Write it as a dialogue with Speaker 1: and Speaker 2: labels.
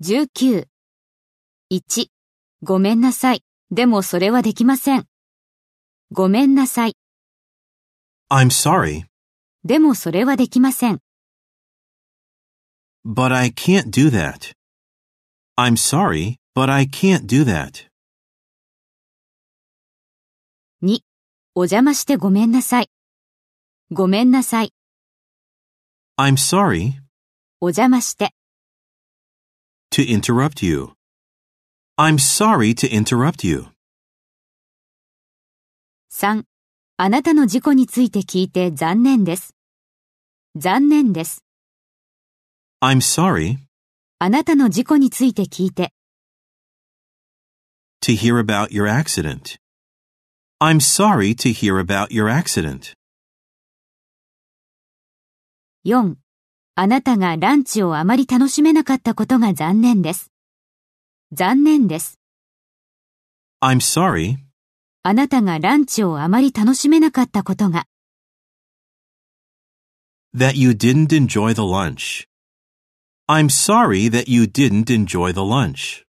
Speaker 1: 19。1、ごめんなさい。でもそれはできません。ごめんなさい。
Speaker 2: I'm sorry,
Speaker 1: でもそれはできません。
Speaker 2: but I can't do that. I'm sorry, but I can't do that.
Speaker 1: 2、お邪魔してごめんなさい。ごめんなさい。
Speaker 2: I'm sorry
Speaker 1: お邪魔して。
Speaker 2: to interrupt you. I'm sorry to interrupt you.
Speaker 1: 3、あなたの事故について聞いて残念です。残念です。
Speaker 2: I'm sorry
Speaker 1: あなたの事故について聞いて。
Speaker 2: to hear about your accident. I'm sorry to hear about your accident.
Speaker 1: 4、あなたがランチをあまり楽しめなかったことが残念です。残念です。
Speaker 2: I'm sorry
Speaker 1: あなたがランチをあまり楽しめなかったことが。
Speaker 2: that you didn't enjoy the lunch. I'm sorry that you didn't enjoy the lunch.